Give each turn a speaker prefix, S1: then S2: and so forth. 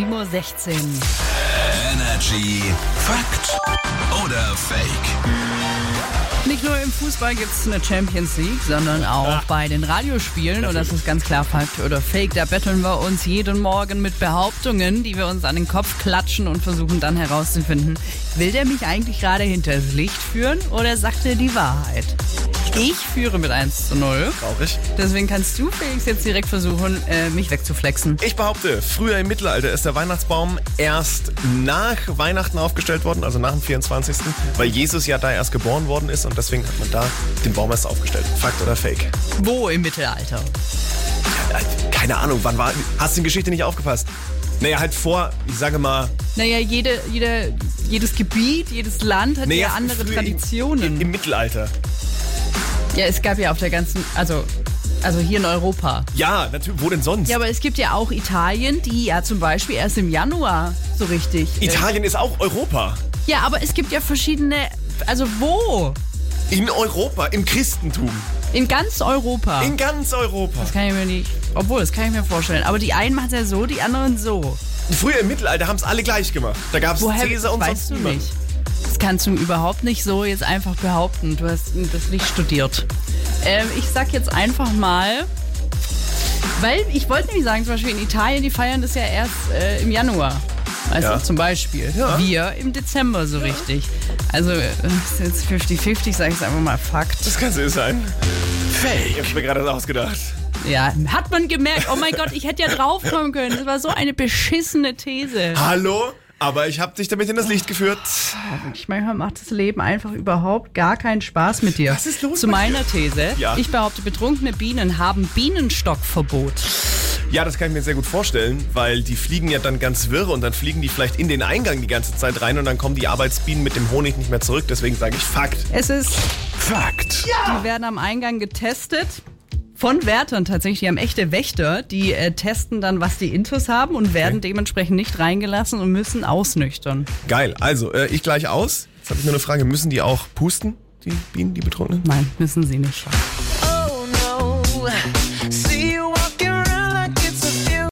S1: 16.
S2: Energy Fakt oder Fake?
S1: Nicht nur im Fußball gibt es eine Champions League, sondern auch bei den Radiospielen. Und das ist ganz klar Fakt oder Fake. Da betteln wir uns jeden Morgen mit Behauptungen, die wir uns an den Kopf klatschen und versuchen dann herauszufinden, will der mich eigentlich gerade hinters Licht führen oder sagt er die Wahrheit? Ich führe mit 1 zu 0.
S3: Traurig.
S1: Deswegen kannst du, Felix, jetzt direkt versuchen, äh, mich wegzuflexen.
S3: Ich behaupte, früher im Mittelalter ist der Weihnachtsbaum erst nach Weihnachten aufgestellt worden, also nach dem 24., weil Jesus ja da erst geboren worden ist und deswegen hat man da den Baum erst aufgestellt. Fakt oder Fake?
S1: Wo im Mittelalter?
S3: Äh, Keine Ahnung, wann war... Hast du in Geschichte nicht aufgepasst? Naja, halt vor, ich sage mal...
S1: Naja, jede, jede, jedes Gebiet, jedes Land hat
S3: Naja,
S1: ja andere
S3: früher im-
S1: Traditionen.
S3: Im, im Mittelalter.
S1: Ja, es gab ja auf der ganzen, also, also hier in Europa.
S3: Ja, natürlich, wo denn sonst?
S1: Ja, aber es gibt ja auch Italien, die ja zum Beispiel erst im Januar so richtig. äh,
S3: Italien ist auch Europa.
S1: Ja, aber es gibt ja verschiedene, also wo?
S3: In Europa, im Christentum.
S1: In ganz Europa.
S3: In ganz Europa.
S1: das kann ich mir nicht, obwohl, das kann ich mir vorstellen. Aber die einen machen es ja so, die anderen so.
S3: Früher im Mittelalter haben es alle gleich gemacht. Da gab es
S1: Woher
S3: Caesar und
S1: weißt
S3: sonst
S1: du
S3: niemand.
S1: nicht? Das kannst du überhaupt nicht so jetzt einfach behaupten. Du hast das nicht studiert. Ähm, ich sag jetzt einfach mal, weil ich wollte nämlich sagen, zum Beispiel in Italien, die feiern das ja erst äh, im Januar. Also
S3: Ja.
S1: zum Beispiel.
S3: Ja.
S1: Wir im Dezember so richtig. Also äh, ist jetzt 50-50, sage ich einfach mal Fakt.
S3: Das kann so sein.
S2: Fake.
S3: Ich hab's mir gerade das ausgedacht.
S1: Ja, hat man gemerkt, oh mein Gott, ich hätte ja draufkommen können. Das war so eine beschissene These.
S3: Hallo? Aber ich hab dich damit in das Licht geführt.
S1: Ich manchmal macht das Leben einfach überhaupt gar keinen Spaß mit dir.
S3: Was ist los
S1: Zu
S3: mit
S1: meiner These.
S3: Ja.
S1: Ich behaupte, betrunkene Bienen haben Bienenstockverbot.
S3: Ja, das kann ich mir sehr gut vorstellen, weil die fliegen ja dann ganz wirr und dann fliegen die vielleicht in den Eingang die ganze Zeit rein und dann kommen die Arbeitsbienen mit dem Honig nicht mehr zurück. Deswegen sage ich Fakt.
S1: Es ist,
S2: Fakt.
S1: die werden am Eingang getestet. Von Wärtern tatsächlich, die haben echte Wächter, die äh, testen dann, was die Intus haben und werden dementsprechend nicht reingelassen und müssen ausnüchtern.
S3: Geil. Also, äh, ich gleich aus. Jetzt habe ich nur eine Frage. Müssen die auch pusten, die Bienen, die Betrunkenen?
S1: Nein, müssen sie nicht.
S4: Oh no.